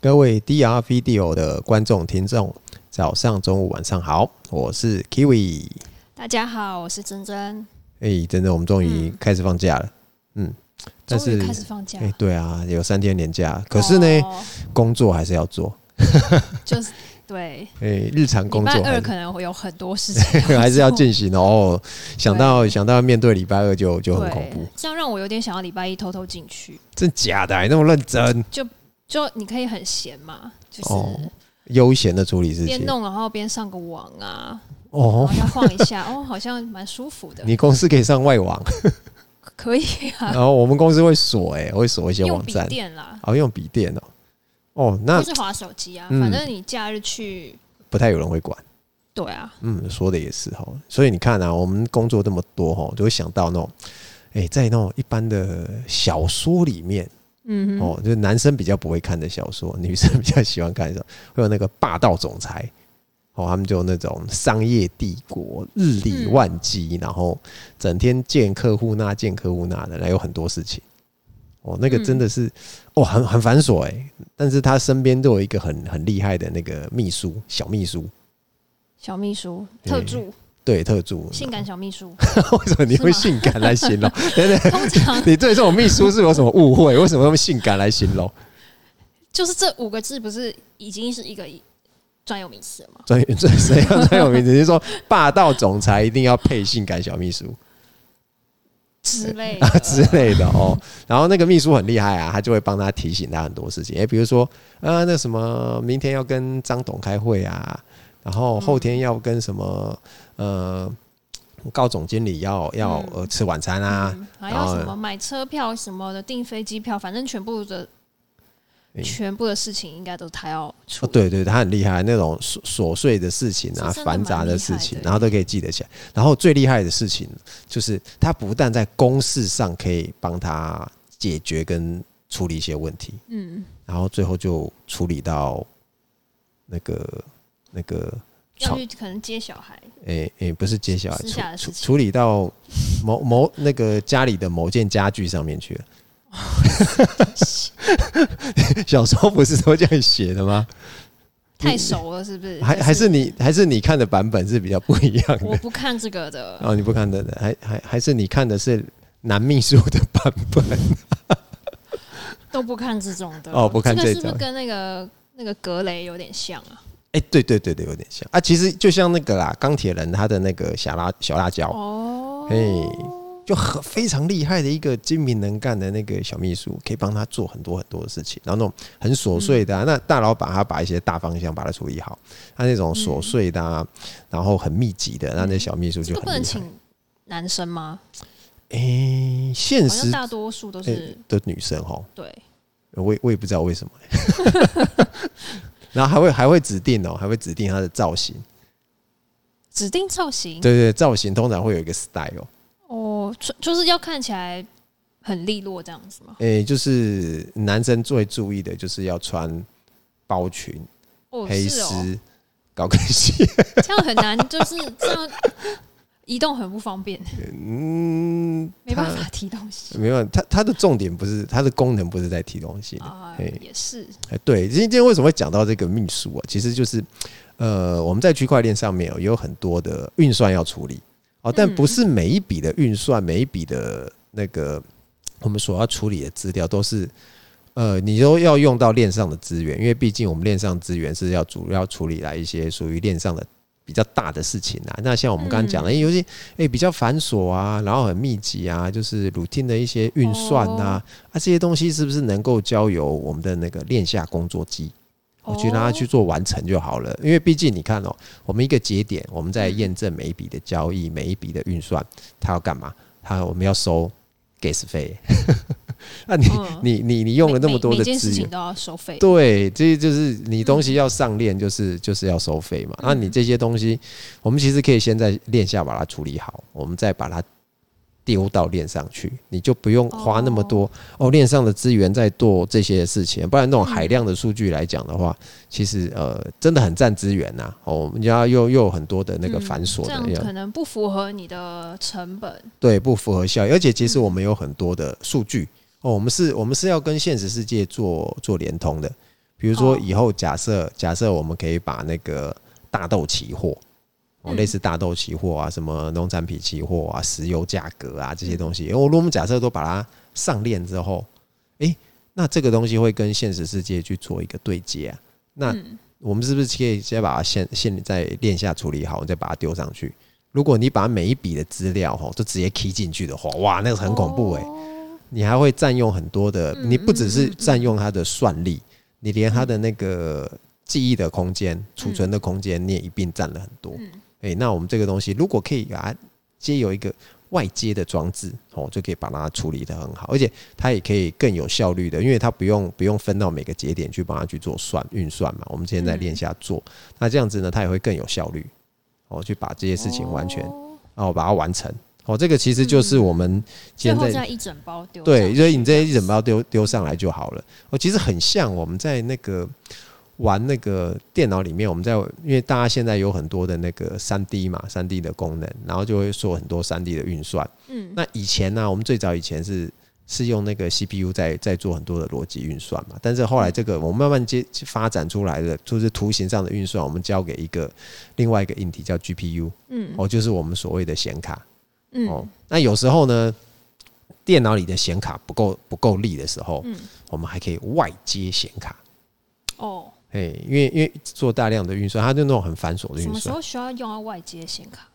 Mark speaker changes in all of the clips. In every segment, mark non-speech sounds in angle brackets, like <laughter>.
Speaker 1: 各位 DR Video 的观众、听众，早上、中午、晚上好，我是 Kiwi。
Speaker 2: 大家好，我是珍珍，
Speaker 1: 哎、真的，我们终于开始放假了。嗯，但
Speaker 2: 终于
Speaker 1: 是
Speaker 2: 开始放假
Speaker 1: 哎、
Speaker 2: 了。
Speaker 1: 对啊，有三天年假，可是呢，
Speaker 2: 哦
Speaker 1: 工作还是要做。 <laughs>
Speaker 2: 就是对，
Speaker 1: 哎、日常
Speaker 2: 礼
Speaker 1: 工
Speaker 2: 拜
Speaker 1: 作还
Speaker 2: 二
Speaker 1: 是
Speaker 2: 可能会有很多事
Speaker 1: <laughs>
Speaker 2: 情
Speaker 1: 还是要
Speaker 2: 做
Speaker 1: 进行的哦。想到想到面对礼拜二就就很恐怖
Speaker 2: 对，，这样让我有点想要礼拜一偷偷进去，
Speaker 1: 真假的、还那么认真，
Speaker 2: 就你可以很闲嘛，就是
Speaker 1: 哦悠闲的处理事
Speaker 2: 边
Speaker 1: 情
Speaker 2: 弄然后边上个网啊，然
Speaker 1: 哦
Speaker 2: 后。要晃一下， <laughs> 哦，好像蛮舒服的，
Speaker 1: 你公司可以上外
Speaker 2: <laughs>
Speaker 1: 网，
Speaker 2: 可以啊
Speaker 1: 然后我们公司会锁哎、会锁一些
Speaker 2: 用
Speaker 1: 网
Speaker 2: 笔
Speaker 1: 站，
Speaker 2: 电啦，
Speaker 1: 哦，用笔电哦，哦，那
Speaker 2: 或是滑手机啊，
Speaker 1: 嗯
Speaker 2: 反正你假日去，
Speaker 1: 不太有人会管。
Speaker 2: 对啊，
Speaker 1: 嗯，说的也是哈，所以你看啊，我们工作这么多哈，就会想到那种，哎、在那种一般的小说里面，
Speaker 2: 嗯哼，
Speaker 1: 哦，就是男生比较不会看的小说， <laughs> 女生比较喜欢看的小说，会有那个霸道总裁，哦，他们就有那种商业帝国日理万机，然后整天见客户那见客户那的，然后有很多事情。哦，那个真的是，哦，很很繁琐哎，但是他身边都有一个很很厉害的那个秘书，小秘书，
Speaker 2: 小秘书特助，
Speaker 1: 对，特助。
Speaker 2: 性感小秘书，
Speaker 1: <laughs> 为什么你会
Speaker 2: 是
Speaker 1: 性
Speaker 2: 吗
Speaker 1: 感来形容？等等，
Speaker 2: 通常
Speaker 1: 你对这种秘书是有什么误会？为什么用性感来形容？
Speaker 2: 就是这五个字不是已经是一个专有名词了吗？
Speaker 1: 专业专谁要专有名字？就是说霸道总裁一定要配性感小秘
Speaker 2: <laughs>
Speaker 1: 书 <laughs>
Speaker 2: 之类的
Speaker 1: 啊之类的哦。然后那个秘书很厉害啊，他就会帮他提醒他很多事情，诶、比如说啊，那什么明天要跟张董开会啊，然后后
Speaker 2: 嗯
Speaker 1: 天要跟什么呃高总经理要要
Speaker 2: 嗯
Speaker 1: 呃吃晚餐啊，
Speaker 2: 嗯，还
Speaker 1: 然
Speaker 2: 要
Speaker 1: 后
Speaker 2: 什么买车票什么的，订飞机票，反正全部的、
Speaker 1: 嗯
Speaker 2: 全部的事情应该都他要处
Speaker 1: 哦，
Speaker 2: 理。
Speaker 1: 对对，他很厉害，那种琐琐碎的事情啊，
Speaker 2: 是真的
Speaker 1: 繁杂
Speaker 2: 蛮
Speaker 1: 的
Speaker 2: 厉
Speaker 1: 事
Speaker 2: 害
Speaker 1: 情，
Speaker 2: 的
Speaker 1: 然后都可以记得起来。然后最厉害的事情就是，他不但在公事上可以帮他解决跟处理一些问题，
Speaker 2: 嗯，
Speaker 1: 然后最后就处理到那个那个
Speaker 2: 要
Speaker 1: 床
Speaker 2: 去可能接小孩，
Speaker 1: 诶诶、不是接小孩，
Speaker 2: 私下的
Speaker 1: 处处
Speaker 2: 事情
Speaker 1: 处理到某某那个家里的某件家具上面去了。 <laughs> 小时候不是都这样写的吗？
Speaker 2: 太熟了是不是？
Speaker 1: 还
Speaker 2: 就
Speaker 1: 还是你还是你看的版本是比较不一样
Speaker 2: 我
Speaker 1: 的
Speaker 2: 不看这个的，
Speaker 1: 哦，你不看的，还还还是你看的是男秘书的版本
Speaker 2: 都不看这种的。
Speaker 1: 哦不看
Speaker 2: 这
Speaker 1: 这
Speaker 2: 个是不是
Speaker 1: 种
Speaker 2: 跟那个那个格雷有点像啊？
Speaker 1: <laughs> 哎、对对对对，有点像啊。其实就像那个啦，钢铁人他的那个小辣小辣椒，
Speaker 2: 哦，
Speaker 1: 嘿就很非常厉害的一个精明能干的那个小秘书，可以帮他做很多很多的事情。然后那种很琐碎的、啊，那大老板他把一些大方向把它处理好，他那种琐碎的、啊，然后很密集的，那那小秘书
Speaker 2: 这
Speaker 1: 就
Speaker 2: 个
Speaker 1: 很
Speaker 2: 不能
Speaker 1: 厉害。
Speaker 2: 请男生吗？
Speaker 1: 哎、现
Speaker 2: 好像
Speaker 1: 实
Speaker 2: 大多数都
Speaker 1: 哎
Speaker 2: 是
Speaker 1: 的女生哦，
Speaker 2: 对，
Speaker 1: 我也我也不知道为什么、 <laughs> 然后还会还会指定哦，还会指定她的造型。
Speaker 2: 指定造型
Speaker 1: 对对，造型通常会有一个 style，
Speaker 2: 哦，就就是要看起来很利落这样子吗？
Speaker 1: 诶、就是男生最注意的就是要穿包裙、<laughs>
Speaker 2: 哦，
Speaker 1: 黑
Speaker 2: 是哦。
Speaker 1: 丝、高跟鞋。
Speaker 2: 这样很难，就是这样移动很不方便，
Speaker 1: 嗯，
Speaker 2: 没办法提东西
Speaker 1: 没办法，它它的重点不是它的功能不是在提东西。
Speaker 2: 啊
Speaker 1: 嗯嘿，
Speaker 2: 也是，
Speaker 1: 哎，对，今天为什么会讲到这个秘书啊？其实就是，呃，我们在区块链上面哦也有很多的运算要处理哦，但
Speaker 2: 嗯
Speaker 1: 不是每一笔的运算，每一笔的那个我们所要处理的资料都是，呃，你都要用到链上的资源，因为毕竟我们链上资源是要主要处理来一些属于链上的。比较大的事情啊，那像我们刚刚讲的，诶有些诶哎比较繁琐啊，然后很密集啊，就是 routine 的一些运算啊，
Speaker 2: 哦
Speaker 1: 啊，这些东西是不是能够交由我们的那个链下工作机，
Speaker 2: 哦
Speaker 1: 我去让它去做完成就好了？因为毕竟你看哦，我们一个节点，我们在
Speaker 2: 嗯
Speaker 1: 验证每一笔的交易、每一笔的运算，它要干嘛？它我们要收 gas 费。 <laughs> 那你 <laughs>
Speaker 2: 嗯
Speaker 1: 你你你用了那么多
Speaker 2: 每每
Speaker 1: 的
Speaker 2: 每件事
Speaker 1: 资
Speaker 2: 情
Speaker 1: 源，
Speaker 2: 都要收费，嗯
Speaker 1: 对，这就是你东西要上链，就是就是要收费嘛。那你这些东西，我们其实可以先在链下把它处理好，我们再把它丢到链上去，你就不用花那么多哦链上的资源在做这些事情。不然
Speaker 2: 嗯
Speaker 1: 那种海量的数据来讲的话，其实呃真的很占资源呐、哦，你要又又有很多的那个
Speaker 2: 嗯
Speaker 1: 繁琐
Speaker 2: 这
Speaker 1: 的
Speaker 2: 样
Speaker 1: 要
Speaker 2: 可能不符合你的成本，
Speaker 1: 对，不符合效益。而且其实
Speaker 2: 嗯
Speaker 1: 我们有很多的数据哦，我们是，我们是要跟现实世界做做联通的。比如说
Speaker 2: 哦
Speaker 1: 以后假设假设我们可以把那个大豆期货，哦，
Speaker 2: 嗯
Speaker 1: 类似大豆期货啊，什么农产品期货啊、石油价格啊这
Speaker 2: 嗯
Speaker 1: 些东西，因为如果我们假设都把它上链之后，诶、那这个东西会跟现实世界去做一个对接啊。那
Speaker 2: 嗯
Speaker 1: 我们是不是可以先把它现现在链下处理好，再把它丢上去？如果你把每一笔的资料哈都直接 key 进去的话，哇，那个很恐怖诶、欸
Speaker 2: 哦
Speaker 1: 你还会占用很多的，
Speaker 2: 嗯
Speaker 1: 你不只是占用它的算力，你连它的那个记忆的空间、储存的空间，你也一并占了很多。
Speaker 2: 嗯
Speaker 1: 诶，那我们这个东西如果可以把它接有一个外接的装置，哦，就可以把它处理的很好，而且它也可以更有效率的，因为它不用不用分到每个节点去帮它去做算运算嘛。我们之前在
Speaker 2: 嗯
Speaker 1: 链下做，那这样子呢，它也会更有效率，哦，去把这些事情完全
Speaker 2: 哦嗯
Speaker 1: 哦把它完成。哦，这个其实就是我们
Speaker 2: 最
Speaker 1: 现
Speaker 2: 后
Speaker 1: 在
Speaker 2: 再一整包丢上去。
Speaker 1: 对，所以你这一整包丢丢上来就好了。哦，其实很像我们在那个玩那个电脑里面，我们在因为大家现在有很多的那个三 D 嘛，三 D 的功能，然后就会做很多三 D 的运算。
Speaker 2: 嗯，
Speaker 1: 那以前呢、我们最早以前是是用那个 CPU 在在做很多的逻辑运算嘛，但是后来这个我们慢慢接发展出来的，就是图形上的运算，我们交给一个另外一个硬体叫 GPU，
Speaker 2: 嗯
Speaker 1: 哦，就是我们所谓的显卡。
Speaker 2: 嗯
Speaker 1: 哦，那有时候呢，电脑里的显卡不够不够力的时候，
Speaker 2: 嗯
Speaker 1: 我们还可以外接显卡。
Speaker 2: 哦，
Speaker 1: 哎，因为因为做大量的运算，它就那种很繁琐的
Speaker 2: 什
Speaker 1: 运
Speaker 2: 么时
Speaker 1: 算
Speaker 2: 候需要用到外接显
Speaker 1: <laughs>
Speaker 2: 卡？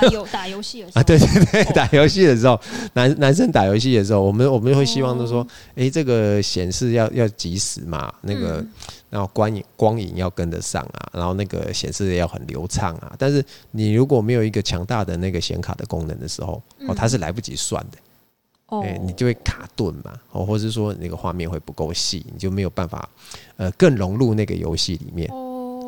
Speaker 2: 打游打游戏的时候
Speaker 1: 啊，对对对， <laughs>
Speaker 2: 哦
Speaker 1: 打游戏的时候，男男生打游戏的时候，我们我们会希望就说
Speaker 2: 哦，
Speaker 1: 哎、这个显示要要及时嘛，那个
Speaker 2: 嗯
Speaker 1: 然后光影光影要跟得上啊，然后那个显示要很流畅啊，但是你如果没有一个强大的那个显卡的功能的时候，哦，
Speaker 2: 嗯
Speaker 1: 它是来不及算的。
Speaker 2: 哦，
Speaker 1: 哎、你就会卡顿嘛，哦，或者是说那个画面会不够细，你就没有办法，呃，更融入那个游戏里面。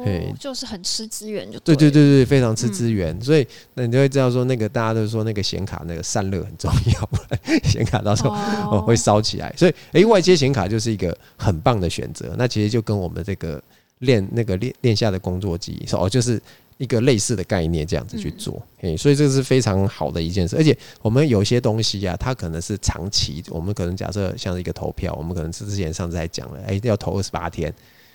Speaker 1: 嘿
Speaker 2: 哦，就是很吃资源就
Speaker 1: 对对
Speaker 2: 对嗯
Speaker 1: 对对，非常吃资源，所以那你就会知道说，那个大家都说那个显卡那个散热很重要， <laughs> 不然显卡到时候
Speaker 2: 了，
Speaker 1: 哦会烧起来。所以，哎、外接显卡就是一个很棒的选择。那其实就跟我们这个练那个练练下的工作机哦，就是一个类似的概念，这样子去做。哎、所以这是非常好的一件事。而且我们有些东西啊，它可能是长期，我们可能假设像一个投票，我们可能是之前上次还讲了，哎、要投二十八天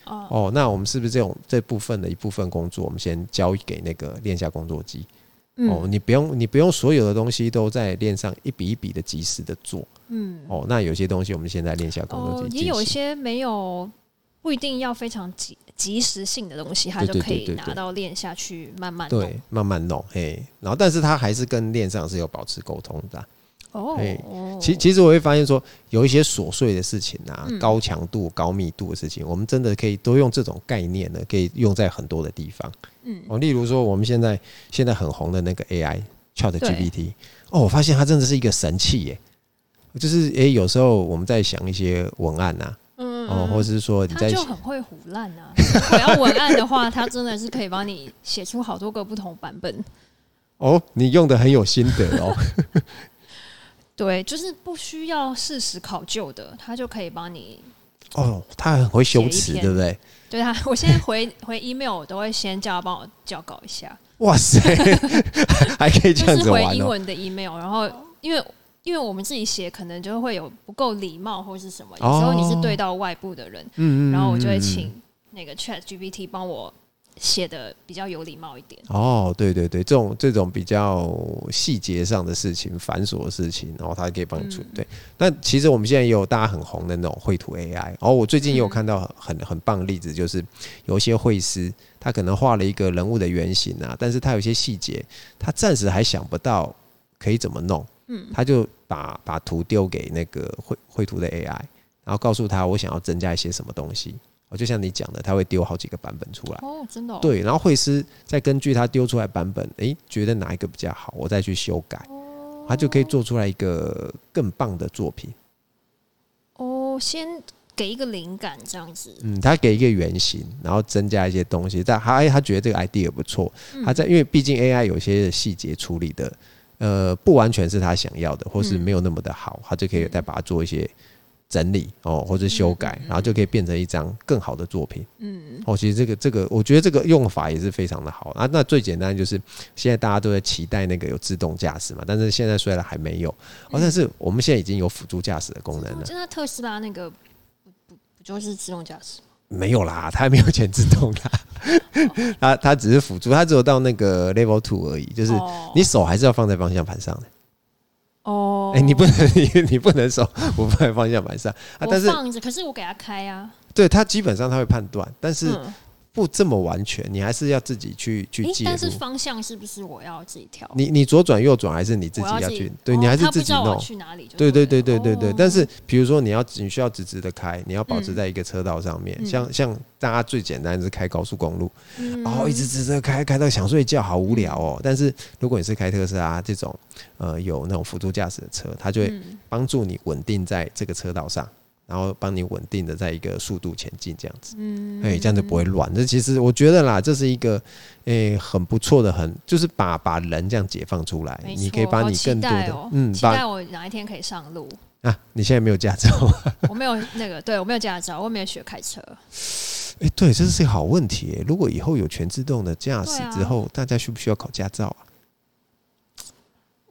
Speaker 2: 哦
Speaker 1: 哦。那我们是不是这种这部分的一部分工作，我们先交给那个练下工作机？哦，
Speaker 2: 嗯
Speaker 1: 你不用，你不用所有的东西都在链上一笔一笔的及时的做
Speaker 2: 嗯
Speaker 1: 哦。那有些东西我们现在链下工作
Speaker 2: 哦
Speaker 1: 机，
Speaker 2: 也
Speaker 1: 进
Speaker 2: 有一
Speaker 1: 行
Speaker 2: 些没有不一定要非常及及时性的东西，它
Speaker 1: 对
Speaker 2: 就
Speaker 1: 对
Speaker 2: 可
Speaker 1: 对
Speaker 2: 以
Speaker 1: 对
Speaker 2: 拿
Speaker 1: 对
Speaker 2: 到链下去慢慢弄
Speaker 1: 对慢慢弄嘿，然后但是它还是跟链上是有保持沟通的啊、
Speaker 2: 哦
Speaker 1: 嘿
Speaker 2: 哦，
Speaker 1: 其其实我会发现说，有一些琐碎的事情啊，
Speaker 2: 嗯
Speaker 1: 高强度、高密度的事情，我们真的可以都用这种概念呢，可以用在很多的地方
Speaker 2: 嗯
Speaker 1: 哦。例如说，我们现在现在很红的那个 AI Chat
Speaker 2: 对
Speaker 1: GPT，哦，我发现它真的是一个神器耶。就是诶、有时候我们在想一些文案啊，
Speaker 2: 嗯
Speaker 1: 哦，
Speaker 2: 嗯
Speaker 1: 或是说你
Speaker 2: 他
Speaker 1: 在
Speaker 2: 就很会胡烂啊！ <laughs> 如果要文案的话，他真的是可以帮你写出好多个不同版本。
Speaker 1: 哦，你用的很有心得哦，
Speaker 2: 对，就是不需要事实考究的，他就可以帮你。
Speaker 1: 哦，他很会修辞，
Speaker 2: 写一篇
Speaker 1: 对不对？
Speaker 2: 对他，我现在回回 email 我都会先叫他帮我校稿一下，
Speaker 1: 哇塞， <laughs> 还可以 <laughs> 这
Speaker 2: 就
Speaker 1: 样
Speaker 2: 是
Speaker 1: 子
Speaker 2: 回
Speaker 1: 玩
Speaker 2: 英
Speaker 1: 哦，
Speaker 2: 文的 email，然后因为。因为我们自己写，可能就会有不够礼貌或是什么。有时候你是对到外部的人，
Speaker 1: 哦嗯
Speaker 2: 然后我就会。
Speaker 1: 嗯嗯嗯
Speaker 2: 请那个 Chat GPT 帮我写的比较有礼貌一点。
Speaker 1: 哦，对对对，这种这种比较细节上的事情、繁琐的事情，然后他可以帮你
Speaker 2: 嗯
Speaker 1: 处理。对，那其实我们现在也有大家很红的那种绘图 AI。哦，我最近也有
Speaker 2: 嗯
Speaker 1: 看到很很棒的例子，就是有一些绘师，他可能画了一个人物的原型啊，但是他有一些细节，他暂时还想不到可以怎么弄，
Speaker 2: 嗯
Speaker 1: 他就把把图丢给那个绘绘图的 AI，然后告诉他我想要增加一些什么东西。哦，就像你讲的，他会丢好几个版本出来。
Speaker 2: 哦，真的、哦。
Speaker 1: 对，然后会师再根据他丢出来版本，诶，觉得哪一个比较好，我再去修改，他就可以做出来一个更棒的作品。
Speaker 2: 哦，先给一个灵感这样子。
Speaker 1: 嗯，他给一个原型，然后增加一些东西，但他他觉得这个 idea 不错，
Speaker 2: 嗯
Speaker 1: 他在因为毕竟 AI 有些细节处理的，呃，不完全是他想要的，或是
Speaker 2: 嗯
Speaker 1: 没有那么的好，他就可以再把它做一些整理哦，或者修改，然后就可以变成一张更好的作品。
Speaker 2: 嗯
Speaker 1: 哦，其实这个这个，我觉得这个用法也是非常的好啊。那最简单就是现在大家都在期待那个有自动驾驶嘛，但是现在虽然还没有
Speaker 2: 嗯
Speaker 1: 哦，但是我们现在已经有辅助驾驶的功能
Speaker 2: 哦
Speaker 1: 了。
Speaker 2: 就那特斯拉那个不不不就是自动驾驶吗？
Speaker 1: 没有啦，他没有全自动啦，他他只是辅助，他只有到那个 level two 而已，就是
Speaker 2: 哦
Speaker 1: 你手还是要放在方向盘上的。
Speaker 2: 哦，
Speaker 1: 哎、你不能 <laughs> 你你不能手不放在方向盘上啊，
Speaker 2: 我
Speaker 1: 但是
Speaker 2: 放着，可是我给他开啊，
Speaker 1: 对他基本上他会判断，但是
Speaker 2: 嗯
Speaker 1: 不这么完全，你还是要自己去去
Speaker 2: 诶
Speaker 1: 介
Speaker 2: 但是
Speaker 1: 入。
Speaker 2: 方向是不是我要自己调？
Speaker 1: 你你左转右转还是你自己
Speaker 2: 我
Speaker 1: 要
Speaker 2: 要
Speaker 1: 去
Speaker 2: 己，，
Speaker 1: 对
Speaker 2: 哦
Speaker 1: 你还是
Speaker 2: 他不
Speaker 1: 自
Speaker 2: 知
Speaker 1: 己
Speaker 2: 道我
Speaker 1: 弄
Speaker 2: 要。去哪里就
Speaker 1: 对对
Speaker 2: 对
Speaker 1: 对对
Speaker 2: 了
Speaker 1: 对对，
Speaker 2: 哦
Speaker 1: 但是比如说你要你需要直直的开，你要保持
Speaker 2: 嗯
Speaker 1: 在一个车道上面，
Speaker 2: 嗯
Speaker 1: 像像大家最简单是开高速公路，
Speaker 2: 嗯
Speaker 1: 然后一直直着开，开到想睡觉，好无聊哦。但是如果你是开特斯拉这种，呃，有那种辅助驾驶的车，它就会
Speaker 2: 嗯
Speaker 1: 帮助你稳定在这个车道上，然后帮你稳定的在一个速度前进，这样子，
Speaker 2: 嗯
Speaker 1: 哎，这样就不会乱。这其实我觉得啦，这是一个哎很不错的，很就是把把人这样解放出来，
Speaker 2: 没
Speaker 1: 哎你可以
Speaker 2: 错
Speaker 1: 把
Speaker 2: 好
Speaker 1: 你
Speaker 2: 期
Speaker 1: 更多
Speaker 2: 待
Speaker 1: 的
Speaker 2: 哦
Speaker 1: 嗯，
Speaker 2: 期
Speaker 1: 把
Speaker 2: 待我哪一天可以上路。
Speaker 1: 啊，你现在没有驾照。 <laughs>
Speaker 2: 我没有那个，对我没有驾照，我也没有学开车。
Speaker 1: 哎、对，这是个好问题耶。如果以后有全自动的驾驶
Speaker 2: 对啊
Speaker 1: 之后，大家需不需要考驾照啊？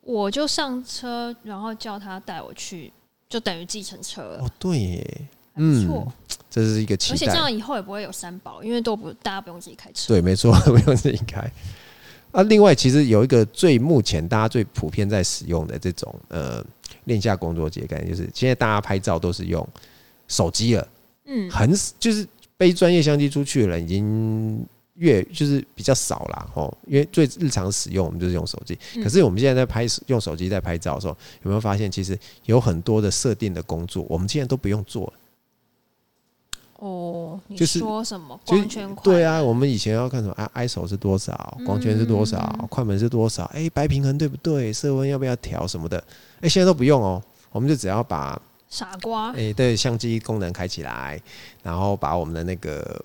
Speaker 2: 我就上车，然后叫他带我去，就等于计程车了，
Speaker 1: 哦，对耶，
Speaker 2: 呃
Speaker 1: 嗯
Speaker 2: 还不错。
Speaker 1: 这是一个期
Speaker 2: 而且这
Speaker 1: 待。
Speaker 2: 样以后也不会有三宝，因为都不大家不用自己开车。
Speaker 1: 对，没错， <laughs> 不用自己开。啊，另外其实有一个最目前大家最普遍在使用的这种呃链下工作机的概念，就是现在大家拍照都是用手机了，
Speaker 2: 嗯，
Speaker 1: 很就是背专业相机出去了，已经越就是比较少啦哦，因为最日常使用我们就是用手机。
Speaker 2: 嗯
Speaker 1: 可是我们现在在拍用手机在拍照的时候，有没有发现其实有很多的设定的工作，我们现在都不用做了。
Speaker 2: 哦，你
Speaker 1: 就是
Speaker 2: 说什么
Speaker 1: 就是
Speaker 2: 光圈快？
Speaker 1: 对啊，我们以前要看什么啊，I 手是多少，光圈是多少，
Speaker 2: 嗯
Speaker 1: 快门是多少，哎、白平衡对不对，色温要不要调什么的，哎、现在都不用哦。我们就只要把
Speaker 2: 傻瓜，
Speaker 1: 哎、对相机功能开起来，然后把我们的那个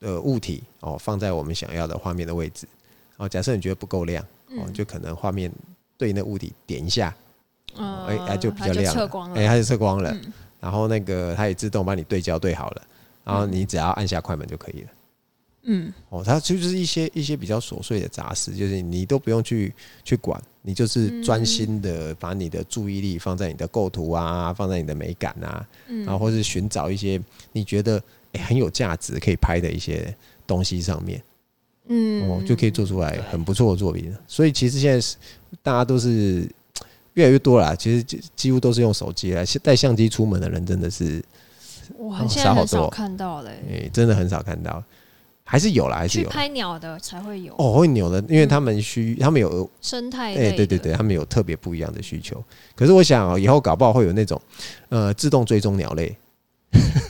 Speaker 1: 呃物体哦放在我们想要的画面的位置。哦，假设你觉得不够亮，哦，
Speaker 2: 嗯
Speaker 1: 就可能画面对那物体点一下，
Speaker 2: 嗯，
Speaker 1: 哎、它就比较
Speaker 2: 它
Speaker 1: 亮
Speaker 2: 测光
Speaker 1: 了，
Speaker 2: 了，
Speaker 1: 哎、它就测光了。
Speaker 2: 嗯
Speaker 1: 然后那个它也自动帮你对焦对好了，然后你只要按下快门就可以了。
Speaker 2: 嗯，
Speaker 1: 哦，它就是一些一些比较琐碎的杂事，就是你都不用去去管，你就是
Speaker 2: 嗯
Speaker 1: 专心的把你的注意力放在你的构图啊，放在你的美感啊，
Speaker 2: 嗯
Speaker 1: 然后或是寻找一些你觉得、诶很有价值可以拍的一些东西上面，
Speaker 2: 嗯，
Speaker 1: 哦，就可以做出来
Speaker 2: 对
Speaker 1: 很不错的作品了。所以其实现在是大家都是嗯越来越多啦，其实几几乎都是用手机来带相机出门的人，真的是
Speaker 2: 哇，
Speaker 1: 哦
Speaker 2: 现
Speaker 1: 傻
Speaker 2: 在
Speaker 1: 好
Speaker 2: 很
Speaker 1: 多
Speaker 2: 少看到嘞、
Speaker 1: 诶、真的很少看到，还是有啦，还是
Speaker 2: 去
Speaker 1: 有啦。啊
Speaker 2: 拍鸟的才会有
Speaker 1: 哦，会扭的，因为他们需，他们有额
Speaker 2: 生态
Speaker 1: 哎、
Speaker 2: 类的，
Speaker 1: 对对对，他们有特别不一样的需求。可是我想、哦，以后搞不好会有那种呃自动追踪鸟类， <laughs>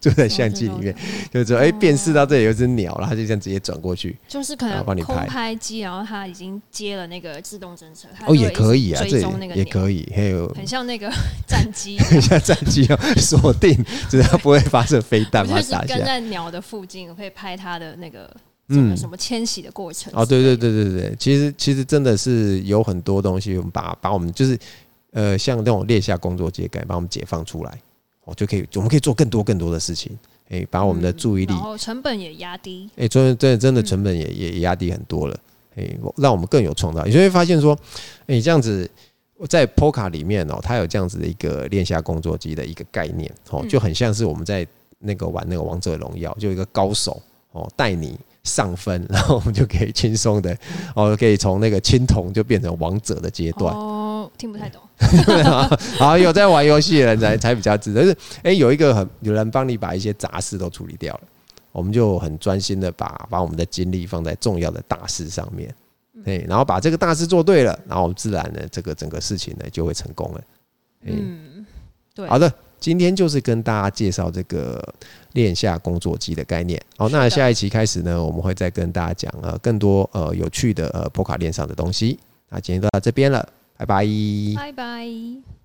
Speaker 1: 就在
Speaker 2: 哦
Speaker 1: 相
Speaker 2: 真
Speaker 1: 机
Speaker 2: 的
Speaker 1: 里
Speaker 2: 哦
Speaker 1: 面，
Speaker 2: 真的哦
Speaker 1: 就是说哎、辨识到这里有一只鸟，然后它就这样直接转过去。
Speaker 2: 就是可
Speaker 1: 然
Speaker 2: 能
Speaker 1: 后帮你拍
Speaker 2: 空拍机，然后它已经接了那个自动侦测，它
Speaker 1: 哦，
Speaker 2: 就
Speaker 1: 也
Speaker 2: 会
Speaker 1: 可以啊，这
Speaker 2: 追踪那
Speaker 1: 也
Speaker 2: 个
Speaker 1: 也
Speaker 2: 鸟，
Speaker 1: 可以，还有 <laughs>
Speaker 2: 很像那个 <laughs> 战机一样，
Speaker 1: 一下战机要锁定， <laughs> 只是它不会发射飞
Speaker 2: <laughs> 我
Speaker 1: 弹把
Speaker 2: 就
Speaker 1: 它
Speaker 2: 是
Speaker 1: 打下
Speaker 2: 跟
Speaker 1: 来。
Speaker 2: 在鸟的附近，我可以拍它的那个整
Speaker 1: 嗯
Speaker 2: 个，什么迁徙的过程
Speaker 1: 哦，
Speaker 2: 之
Speaker 1: 对
Speaker 2: 类
Speaker 1: 对
Speaker 2: 的，
Speaker 1: 对对对，其实其实真的是有很多东西，我们把把我们就是呃，像那种列下工作界改，把我们解放出来，我就可以，我们可以做更多更多的事情，哎、把我们的
Speaker 2: 嗯
Speaker 1: 注意力，
Speaker 2: 然后成本也压低，
Speaker 1: 哎、真的真的真的成本也、也也压低很多了，哎、我让我们更有创造，你就会发现说，哎、这样子。我在 Poca 里面哦，它有这样子的一个练下工作机的一个概念哦，
Speaker 2: 嗯
Speaker 1: 就很像是我们在那个玩那个王者荣耀，就有一个高手哦带你上分，然后我们就可以轻松的哦，可以从那个青铜就变成王者的阶段。
Speaker 2: 哦，听不太懂，
Speaker 1: 啊好，有在玩游戏的人才才比较知道，就是哎、有一个很有人帮你把一些杂事都处理掉了，我们就很专心的把把我们的精力放在重要的大事上面，
Speaker 2: 嗯
Speaker 1: 哎、然后把这个大事做对了，然后我们自然呢，这个整个事情呢就会成功了。哎
Speaker 2: 嗯，对
Speaker 1: 好的，今天就是跟大家介绍这个链下工作机的概念。好，那
Speaker 2: 是的
Speaker 1: 下一期开始呢，我们会再跟大家讲呃更多呃有趣的呃 p o 卡链上的东西。那今天就到这边了，拜拜
Speaker 2: 拜拜。